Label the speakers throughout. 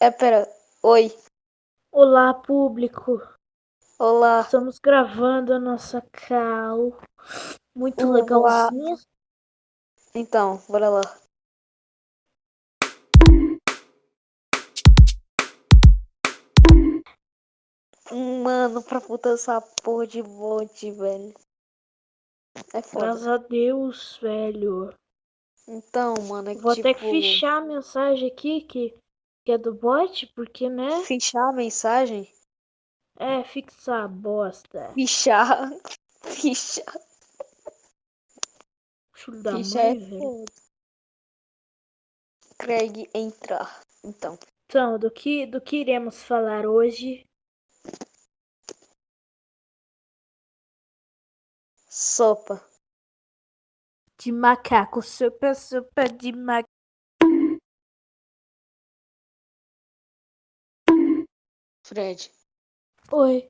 Speaker 1: É, pera. Oi.
Speaker 2: Olá, público.
Speaker 1: Olá.
Speaker 2: Estamos gravando a nossa cal. Muito
Speaker 1: Olá.
Speaker 2: legalzinha.
Speaker 1: Então, bora lá. Mano, pra puta essa porra de bote, velho. É foda.
Speaker 2: Graças a Deus, velho.
Speaker 1: Então, mano, é que
Speaker 2: Vou
Speaker 1: tipo...
Speaker 2: até que fichar a mensagem aqui que, que é do bot, porque, né?
Speaker 1: Fichar a mensagem?
Speaker 2: É fixar a bosta.
Speaker 1: Fichar. Fichar.
Speaker 2: Filho da
Speaker 1: fichar é
Speaker 2: mãe, Tá velho.
Speaker 1: foda. Craig entrar. Então.
Speaker 2: Então, do que, do que iremos falar hoje?
Speaker 1: Sopa.
Speaker 2: De macaco. Sopa, sopa de macaco.
Speaker 1: Fred.
Speaker 2: Oi.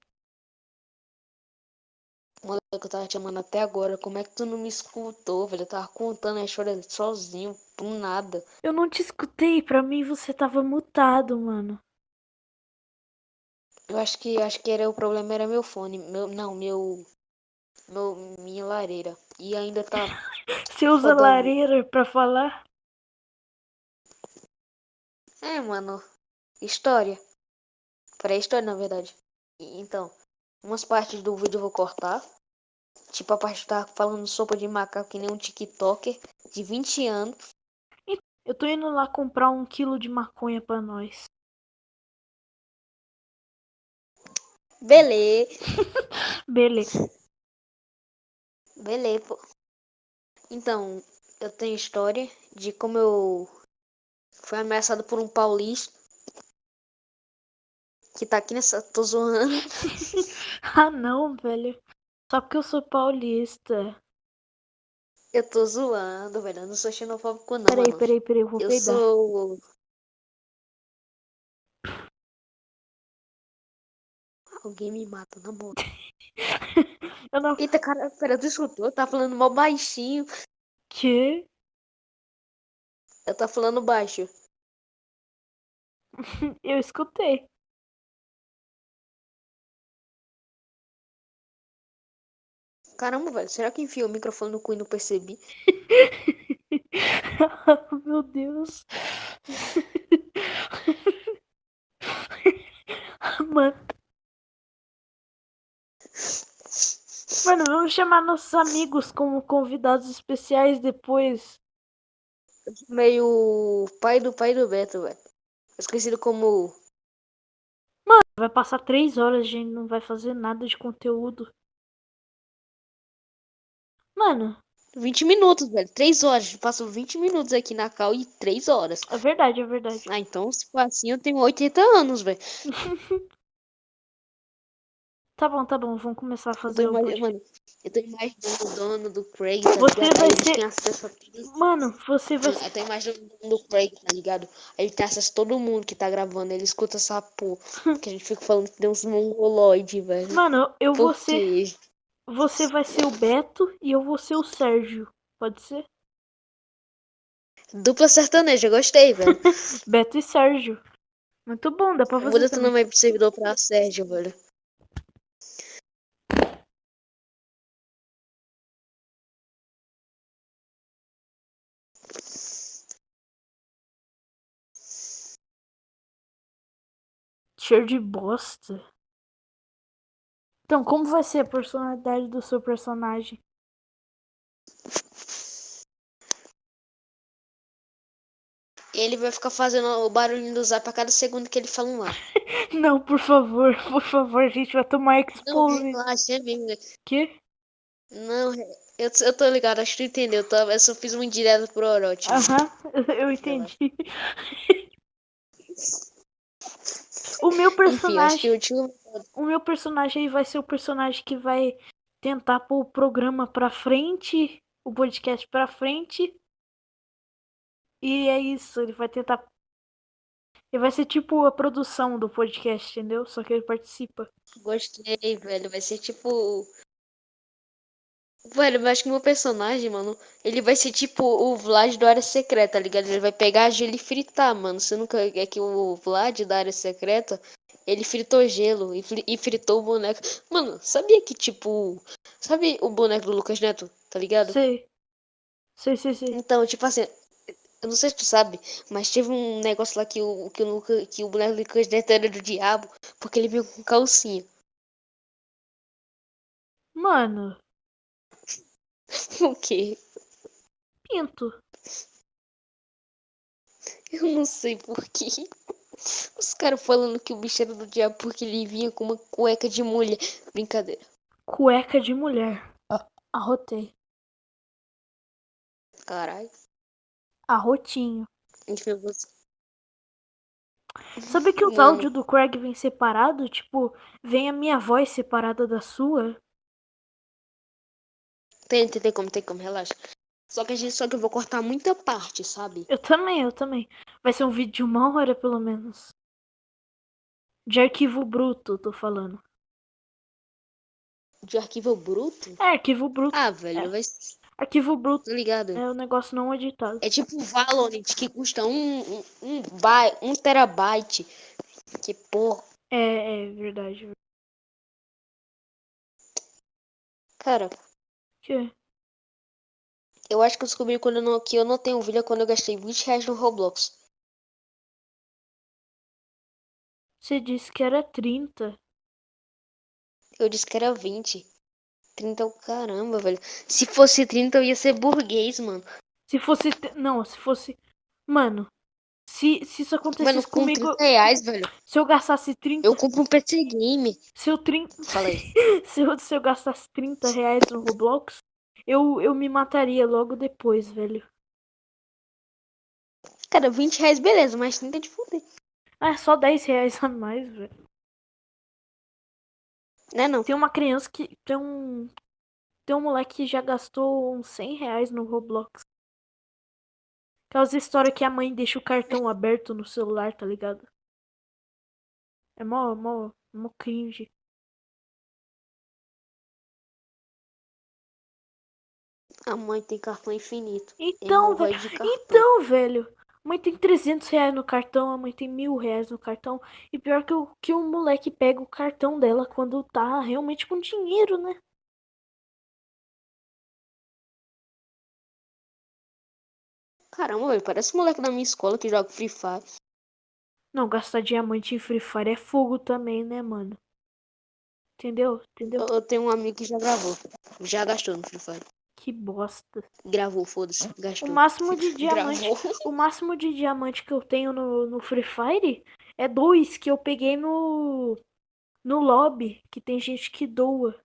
Speaker 1: Moleque, eu tava te chamando até agora. Como é que tu não me escutou, velho? Eu tava contando a história sozinho, do nada.
Speaker 2: Eu não te escutei. Pra mim, você tava mutado, mano.
Speaker 1: Eu acho que acho que era o problema era meu fone, meu não, meu meu minha lareira. E ainda tá
Speaker 2: Você usa
Speaker 1: Rodando.
Speaker 2: lareira pra falar?
Speaker 1: É, mano. História. Pré-história, na verdade. E- Então, umas partes do vídeo eu vou cortar. Tipo a parte que tá falando sopa de macaco que nem um TikToker de 20 anos.
Speaker 2: Eu tô indo lá comprar um quilo de maconha pra nós.
Speaker 1: Beleza.
Speaker 2: Beleza.
Speaker 1: Beleza, pô. Então, eu tenho história de como eu fui ameaçado por um paulista que tá aqui nessa. tô zoando.
Speaker 2: Ah, não, velho. Só porque eu sou paulista.
Speaker 1: Eu tô zoando, velho. Eu não sou xenofóbico, não.
Speaker 2: Peraí,
Speaker 1: mano.
Speaker 2: peraí, peraí, eu vou
Speaker 1: Eu
Speaker 2: peidar.
Speaker 1: sou. Alguém me mata, na moral.
Speaker 2: Eu não.
Speaker 1: Eita, cara, pera, tu escutou? Tá falando mal baixinho.
Speaker 2: Que?
Speaker 1: Eu tá falando baixo.
Speaker 2: Eu escutei.
Speaker 1: Caramba, velho, será que enfiou o microfone no cu e não percebi?
Speaker 2: Meu Deus. Mano. Mano, vamos chamar nossos amigos como convidados especiais depois.
Speaker 1: Meio pai do pai do Beto, velho. Esquecido como.
Speaker 2: Vai passar três horas, a gente não vai fazer nada de conteúdo. Mano,
Speaker 1: 20 minutos, velho. 3 horas. Passo 20 minutos aqui na cal e 3 horas.
Speaker 2: é verdade, é verdade.
Speaker 1: Ah, então, se for assim, eu tenho 80 anos, velho.
Speaker 2: Tá bom, tá bom, vamos começar a
Speaker 1: Eu tô
Speaker 2: fazer o
Speaker 1: imagi-
Speaker 2: podcast.
Speaker 1: Mano, eu tô imaginando o dono do Craig, tá
Speaker 2: Você
Speaker 1: ligado? Aí
Speaker 2: vai
Speaker 1: ele
Speaker 2: ser-
Speaker 1: tem acesso a tudo.
Speaker 2: Mano, você vai.
Speaker 1: Eu tô imaginando o dono do Craig, tá ligado? Aí ele tem acesso a todo mundo que tá gravando, ele escuta essa porra. Que a gente fica falando que tem uns mongoloides, velho.
Speaker 2: Mano, eu vou
Speaker 1: Por
Speaker 2: ser.
Speaker 1: quê?
Speaker 2: Você vai ser o Beto e eu vou ser o Sérgio. Pode ser?
Speaker 1: Dupla sertaneja, gostei, velho.
Speaker 2: Beto e Sérgio. Muito bom, dá pra
Speaker 1: Muda
Speaker 2: fazer.
Speaker 1: teu
Speaker 2: Também.
Speaker 1: nome aí pro servidor pra Sérgio, velho.
Speaker 2: Cheiro de bosta. Então, como vai ser a personalidade do seu personagem?
Speaker 1: Ele vai ficar fazendo o barulhinho do zap a cada segundo que ele fala um ar.
Speaker 2: Não, por favor, por favor, a gente vai tomar
Speaker 1: Não,
Speaker 2: expose.
Speaker 1: relaxa, é mesmo, velho.
Speaker 2: Que?
Speaker 1: Não, eu, eu tô ligado, acho que tu entendeu. tá? Eu só fiz um indireto pro Orochi.
Speaker 2: Ah, Aham, eu entendi. O meu
Speaker 1: Enfim, acho que
Speaker 2: personagem.
Speaker 1: o último.
Speaker 2: o meu personagem aí vai ser o personagem que vai tentar pôr o programa pra frente, o podcast pra frente. E é isso, ele vai tentar. Ele vai ser tipo a produção do podcast, entendeu? Só que ele participa.
Speaker 1: Gostei, velho. Vai ser tipo. Velho, eu acho que meu personagem, mano, ele vai ser tipo o Vlad do Área Secreta, tá ligado? Ele vai pegar gelo e fritar, mano. Você nunca. É que o Vlad da Área Secreta, ele fritou gelo e, fri- e fritou o boneco. Mano, sabia que, tipo. Sabe o boneco do Lucas Neto, tá ligado?
Speaker 2: Sei. Sei, sei, sei.
Speaker 1: Então, tipo assim, eu não sei se tu sabe, mas teve um negócio lá que o, que o, Luca, que o boneco do Lucas Neto era do diabo, porque ele veio com calcinha.
Speaker 2: Mano,
Speaker 1: o quê?
Speaker 2: pinto.
Speaker 1: Eu não sei por quê. Os caras falando que o bicho era do diabo porque ele vinha com uma cueca de mulher. Brincadeira.
Speaker 2: Cueca de mulher. Arrotei.
Speaker 1: Caralho.
Speaker 2: Arrotinho.
Speaker 1: Enfim, eu vou-
Speaker 2: Sabe que os
Speaker 1: Mano.
Speaker 2: áudios do Craig vem separado? Tipo, vem a minha voz separada da sua?
Speaker 1: Tem, tem, tem como, tem como, relaxa. Só que a gente, só que eu vou cortar muita parte, sabe?
Speaker 2: Eu também, eu também. Vai ser um vídeo de uma hora, pelo menos. De arquivo bruto, tô falando.
Speaker 1: De arquivo bruto?
Speaker 2: É, arquivo bruto.
Speaker 1: Ah, velho,
Speaker 2: É.
Speaker 1: vai.
Speaker 2: Arquivo bruto
Speaker 1: Tô ligado.
Speaker 2: é o negócio não editado.
Speaker 1: É tipo o Valorant que custa um, um, um, bai- um terabyte. Que porra.
Speaker 2: É, é verdade.
Speaker 1: Cara,
Speaker 2: Que?
Speaker 1: eu acho que eu descobri quando eu não, que eu não tenho vídeo quando eu gastei 20 reais no Roblox.
Speaker 2: Você disse que era 30.
Speaker 1: Eu disse que era 20. 30 é o caramba, velho. Se fosse 30, eu ia ser burguês, mano.
Speaker 2: Se fosse. te- Não, se fosse. Mano, se, se isso acontecesse
Speaker 1: Mano, com
Speaker 2: comigo,
Speaker 1: 30 reais, velho,
Speaker 2: se eu gastasse 30.
Speaker 1: eu compro um PC Game.
Speaker 2: Se eu, trin...
Speaker 1: Falei.
Speaker 2: se eu, se eu gastasse 30 reais no Roblox, eu, eu me mataria logo depois, velho.
Speaker 1: Cara, 20 reais, beleza, mas 30 é de fuder.
Speaker 2: Ah, é só 10 reais a mais, velho.
Speaker 1: Né, não?
Speaker 2: Tem uma criança que. Tem um. Tem um moleque que já gastou uns 100 reais no Roblox. Aquelas histórias que a mãe deixa o cartão aberto no celular, tá ligado? É mó, mó, mó cringe.
Speaker 1: A mãe tem cartão infinito. Ele
Speaker 2: Então,
Speaker 1: não
Speaker 2: velho.
Speaker 1: vai de cartão.
Speaker 2: Então, velho, a mãe tem 300 reais no cartão, a mãe tem mil reais no cartão. E pior que o, que o moleque pega o cartão dela quando tá realmente com dinheiro, né?
Speaker 1: Caramba, velho, parece o moleque da minha escola que joga Free Fire.
Speaker 2: Não, gastar diamante em Free Fire é fogo também, né, mano? Entendeu? Entendeu?
Speaker 1: Eu, eu tenho um amigo que já gravou. Já gastou no Free Fire.
Speaker 2: Que bosta.
Speaker 1: Gravou, foda-se.
Speaker 2: O
Speaker 1: Gastou.
Speaker 2: máximo de diamante,
Speaker 1: Gravou.
Speaker 2: o máximo de diamante que eu tenho no, no Free Fire é dois que eu peguei no no lobby, que tem gente que doa.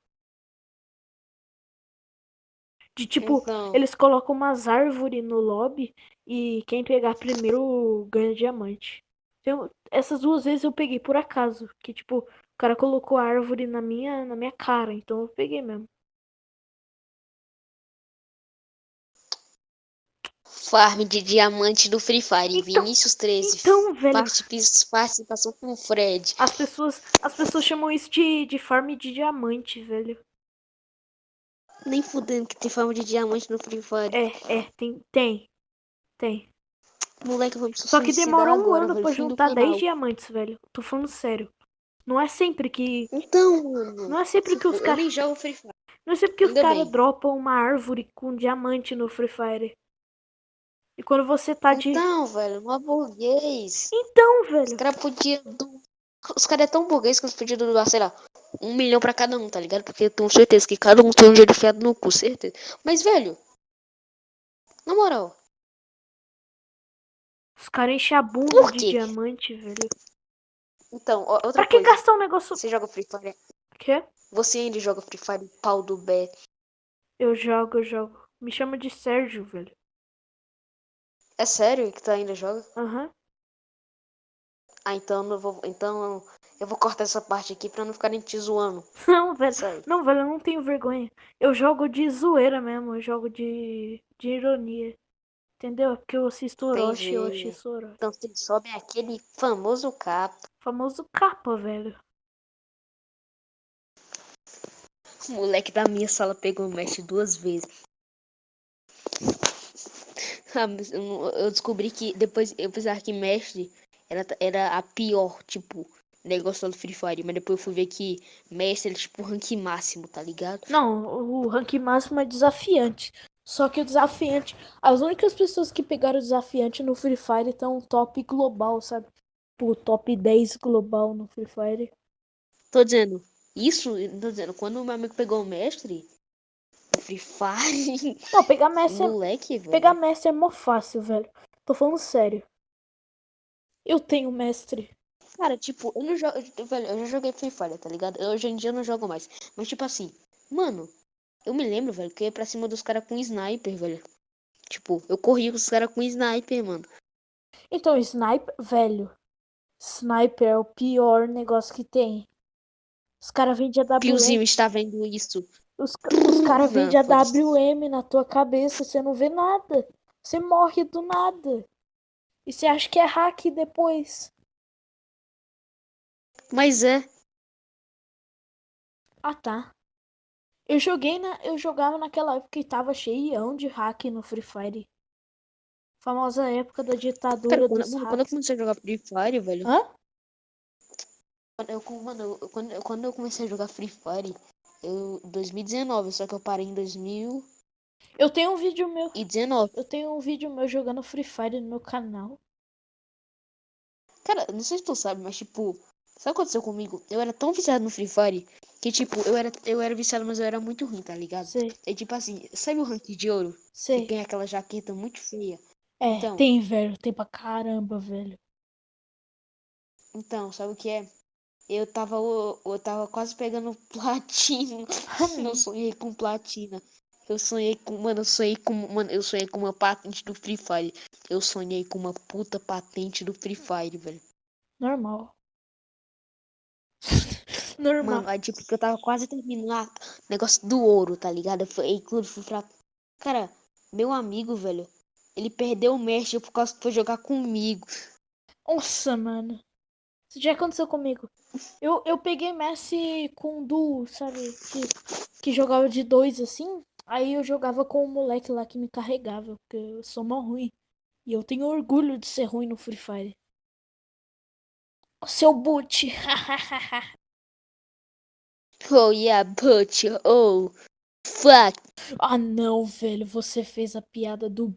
Speaker 2: De tipo,
Speaker 1: Então,
Speaker 2: Eles colocam umas árvores no lobby e quem pegar primeiro ganha diamante. Então, essas duas vezes eu peguei por acaso, que tipo, o cara colocou a árvore na minha, na minha cara, então eu peguei mesmo.
Speaker 1: farm de diamante do Free Fire.
Speaker 2: Então-
Speaker 1: Vinícius 13.
Speaker 2: Então, velho,
Speaker 1: Participa- Participação com o Fred.
Speaker 2: as pessoas, as pessoas chamam isso de, de farm de diamante, velho.
Speaker 1: Nem fudendo que tem farm de diamante no Free Fire.
Speaker 2: É, é, tem, tem. Tem.
Speaker 1: Moleque, vamos
Speaker 2: Só que demorou um ano
Speaker 1: é
Speaker 2: pra juntar 10
Speaker 1: dias.
Speaker 2: diamantes, velho. Tô falando sério. Não é sempre que.
Speaker 1: Então, mano.
Speaker 2: Não é sempre que os
Speaker 1: eu
Speaker 2: caras.
Speaker 1: nem jogo Free Fire.
Speaker 2: Não sei é porque os
Speaker 1: Ainda
Speaker 2: caras
Speaker 1: bem.
Speaker 2: dropam uma árvore com um diamante no Free Fire. E quando você tá de.
Speaker 1: Então, velho, mó burguês.
Speaker 2: Então,
Speaker 1: Os
Speaker 2: velho.
Speaker 1: caras podiam. do- Os caras é tão burguês que eles podiam doar, sei lá, um milhão pra cada um, tá ligado? Porque eu tenho certeza que cada um tem um dinheiro enfiado no cu, certeza. Mas, velho. Na moral.
Speaker 2: Os caras enchem a bunda
Speaker 1: Por
Speaker 2: de
Speaker 1: quê?
Speaker 2: diamante, velho.
Speaker 1: Então, ó, outra
Speaker 2: Pra que
Speaker 1: coisa.
Speaker 2: gastar um negócio.
Speaker 1: Você joga Free Fire.
Speaker 2: Quê?
Speaker 1: Você ainda joga Free Fire, pau do bé.
Speaker 2: Eu jogo, eu jogo. Me chama de Sérgio, velho.
Speaker 1: É sério que tu ainda joga?
Speaker 2: Aham.
Speaker 1: Ah, então eu não vou. Então eu vou cortar essa parte aqui pra não ficarem te zoando.
Speaker 2: Não, velho.
Speaker 1: Isso aí.
Speaker 2: Não, velho, eu não tenho vergonha. Eu jogo de zoeira mesmo. Eu jogo de. de ironia. Entendeu? É porque eu assisto Orochi, eu
Speaker 1: Entendi.
Speaker 2: assisto Orochi.
Speaker 1: Então você sobe aquele famoso capa.
Speaker 2: Famoso capa, velho.
Speaker 1: O moleque da minha sala pegou o mestre duas vezes. Ah, mas Eu não- eu descobri que depois eu pensava que mestre era, t- era a pior, tipo, negócio lá do Free Fire. Mas depois eu fui ver que mestre era tipo rank máximo, tá ligado?
Speaker 2: Não, o ranking máximo é desafiante. Só que o desafiante, as únicas pessoas que pegaram o desafiante no Free Fire estão top global, sabe? Tipo, top 10 global no Free Fire.
Speaker 1: Tô dizendo, isso, tô dizendo, quando o meu amigo pegou o mestre, o Free Fire,
Speaker 2: Não, pegar
Speaker 1: o
Speaker 2: Messi é
Speaker 1: moleque, velho.
Speaker 2: Pegar mestre é mó fácil, velho. Tô falando sério. Eu tenho mestre.
Speaker 1: Cara, tipo, eu não jogo. eu- Velho, eu já joguei Free Fire, tá ligado? Eu- Hoje em dia eu não jogo mais. Mas, tipo assim, mano, eu me lembro, velho, que eu ia pra cima dos caras com sniper, velho. Tipo, eu corri com os caras com sniper, mano.
Speaker 2: Então, sniper, velho. Sniper é o pior negócio que tem. Os caras vendem AWM.
Speaker 1: Piozinho está vendo isso.
Speaker 2: Os, ca- os caras
Speaker 1: Não,
Speaker 2: vendem
Speaker 1: foda-se.
Speaker 2: AWM na tua cabeça. Você não vê nada. Você morre do nada. E você acha que é hack depois.
Speaker 1: Mas é.
Speaker 2: Ah, tá. Eu joguei na. Eu jogava naquela época que tava cheião de hack no Free Fire. Famosa época da
Speaker 1: Cara,
Speaker 2: ditadura
Speaker 1: quando,
Speaker 2: dos
Speaker 1: mano, quando eu
Speaker 2: hacks.
Speaker 1: comecei a jogar Free Fire, velho.
Speaker 2: Hã?
Speaker 1: Quando eu, com- mano, eu- quando, eu- quando eu comecei a jogar Free Fire, eu. 2019, só que eu parei em 2019.
Speaker 2: Eu tenho um vídeo meu, eu tenho um vídeo meu jogando Free Fire no meu canal.
Speaker 1: Cara, não sei se tu sabe, mas tipo, sabe o que aconteceu comigo? Eu era tão viciado no Free Fire que, tipo, eu era, eu era viciado, mas eu era muito ruim, tá ligado?
Speaker 2: Sei,
Speaker 1: É tipo assim, sabe o ranking de ouro? Que
Speaker 2: sei.
Speaker 1: tem aquela jaqueta muito feia.
Speaker 2: É,
Speaker 1: Então.
Speaker 2: tem, velho, tem pra caramba, velho.
Speaker 1: Então, sabe o que é? Eu tava, o- eu tava quase pegando platino. Eu sonhei com platina. Eu sonhei com, mano, eu sonhei com, mano, eu sonhei com uma patente do Free Fire. Eu sonhei com uma puta patente do Free Fire, velho.
Speaker 2: Normal. Normal.
Speaker 1: Mano, aí tipo, que eu tava quase terminando lá, negócio do ouro, tá ligado? Eu fui, inclusive, fui pra... Cara, meu amigo, velho, ele perdeu o mestre por causa que foi jogar comigo.
Speaker 2: Nossa, mano. Isso já aconteceu comigo. Eu, eu peguei Messi com duo, sabe? Que, que jogava de dois assim. Aí eu jogava com o moleque lá que me carregava, porque eu sou mó ruim. E eu tenho orgulho de ser ruim no Free Fire. Seu boot.
Speaker 1: Oh yeah, butcher, oh, fuck.
Speaker 2: Ah, não, velho, você fez a piada do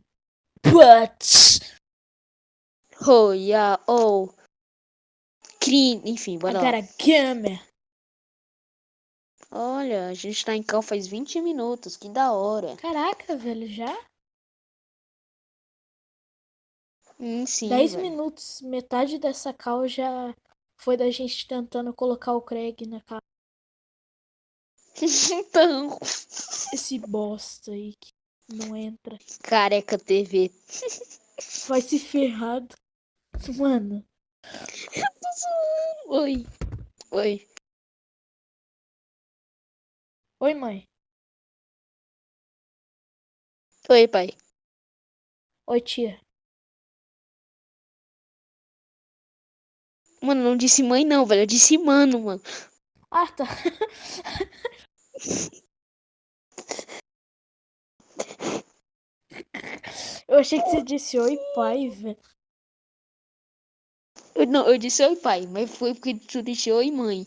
Speaker 2: but.
Speaker 1: Oh yeah, oh. Crin, enfim, bora lá.
Speaker 2: Agora, gamer.
Speaker 1: Olha, a gente tá em cal faz 20 minutos, que da hora.
Speaker 2: Caraca, velho, já?
Speaker 1: Hum, sim,
Speaker 2: 10
Speaker 1: velho.
Speaker 2: minutos, metade dessa call já foi da gente tentando colocar o Craig na cara.
Speaker 1: Então,
Speaker 2: Esse bosta aí que não entra.
Speaker 1: careca TV.
Speaker 2: Vai se ferrado. Mano,
Speaker 1: Oi. Oi.
Speaker 2: oi, mãe.
Speaker 1: Oi, pai.
Speaker 2: Oi, tia.
Speaker 1: Mano, não disse mãe não, velho. Eu disse mano, mano.
Speaker 2: Ah, tá. Eu achei que você disse oi, pai, velho.
Speaker 1: Eu, não, eu disse oi, pai, mas foi porque tu disse oi, mãe.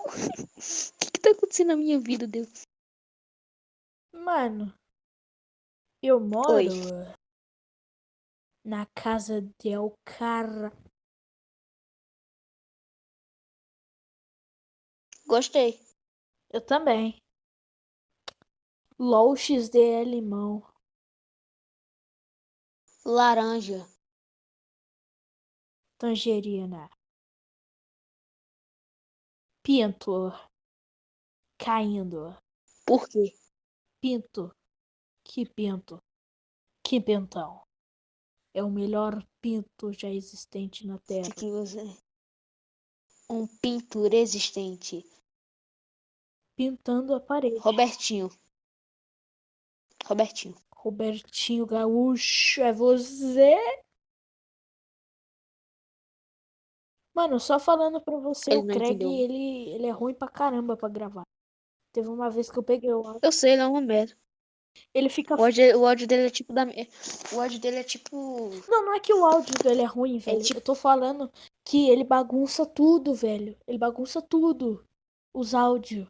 Speaker 1: O que, que tá acontecendo na minha vida, Deus?
Speaker 2: Mano, eu moro
Speaker 1: Oi.
Speaker 2: na casa del cara.
Speaker 1: Gostei.
Speaker 2: Eu também. LOL XD é limão.
Speaker 1: Laranja.
Speaker 2: Tangerina. Pinto. Caindo.
Speaker 1: Por quê?
Speaker 2: Pinto. Que pinto. Que pintão. É o melhor pinto já existente na
Speaker 1: De
Speaker 2: Terra.
Speaker 1: que você.
Speaker 2: é.
Speaker 1: Um pintor existente.
Speaker 2: Pintando a parede.
Speaker 1: Robertinho. Robertinho.
Speaker 2: Robertinho Gaúcho, é você? Mano, só falando pra você,
Speaker 1: Ele
Speaker 2: o
Speaker 1: não
Speaker 2: Craig,
Speaker 1: entendeu.
Speaker 2: ele, ele é ruim pra caramba pra gravar. Teve uma vez que eu peguei o áudio,
Speaker 1: Eu sei, ele é uma merda.
Speaker 2: ele fica...
Speaker 1: O ódio, o ódio dele é tipo da. me- O ódio dele é tipo.
Speaker 2: Não, não é que o áudio dele é ruim, velho. Eu
Speaker 1: tipo-
Speaker 2: tô falando que ele bagunça tudo, velho. Ele bagunça tudo. Os áudios.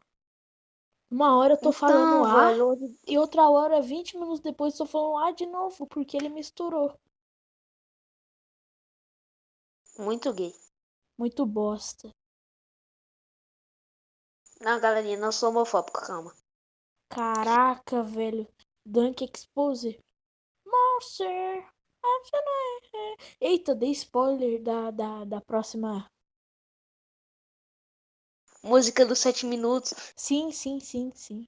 Speaker 2: Uma hora eu tô falando
Speaker 1: Então,
Speaker 2: A
Speaker 1: velho, o ódio
Speaker 2: e outra hora, 20 minutos depois, eu tô falando A de novo, porque ele misturou.
Speaker 1: Muito gay.
Speaker 2: Muito bosta.
Speaker 1: Não, galerinha, não sou homofóbico, calma.
Speaker 2: Caraca, velho. Dunk Expose. Monster! Ah, é, Eita, dei spoiler da, da, da próxima.
Speaker 1: Música dos 7 minutos.
Speaker 2: Sim, sim, sim, sim.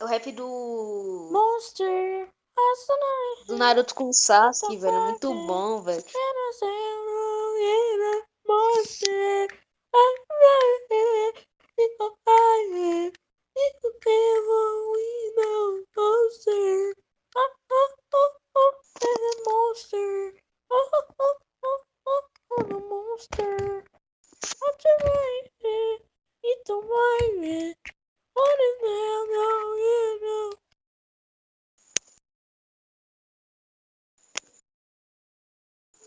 Speaker 1: O rap do.
Speaker 2: Monster! Ah,
Speaker 1: Do Naruto com o Sasuke, velho. é Muito bom, velho.
Speaker 2: Monster! Monster! Monster! Então vai ver. Olha, não, não, não.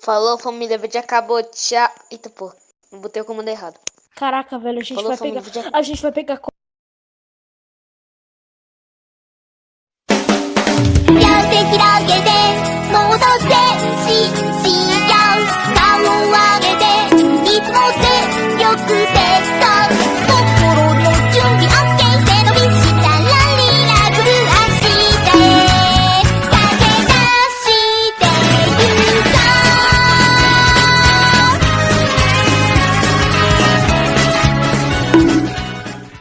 Speaker 1: Falou, família, o vídeo acabou. Tchau. Eita, pô. Botei o comando errado.
Speaker 2: Caraca, velho, a gente
Speaker 1: Falou,
Speaker 2: vai
Speaker 1: família,
Speaker 2: pegar.
Speaker 1: o vídeo
Speaker 2: A gente vai pegar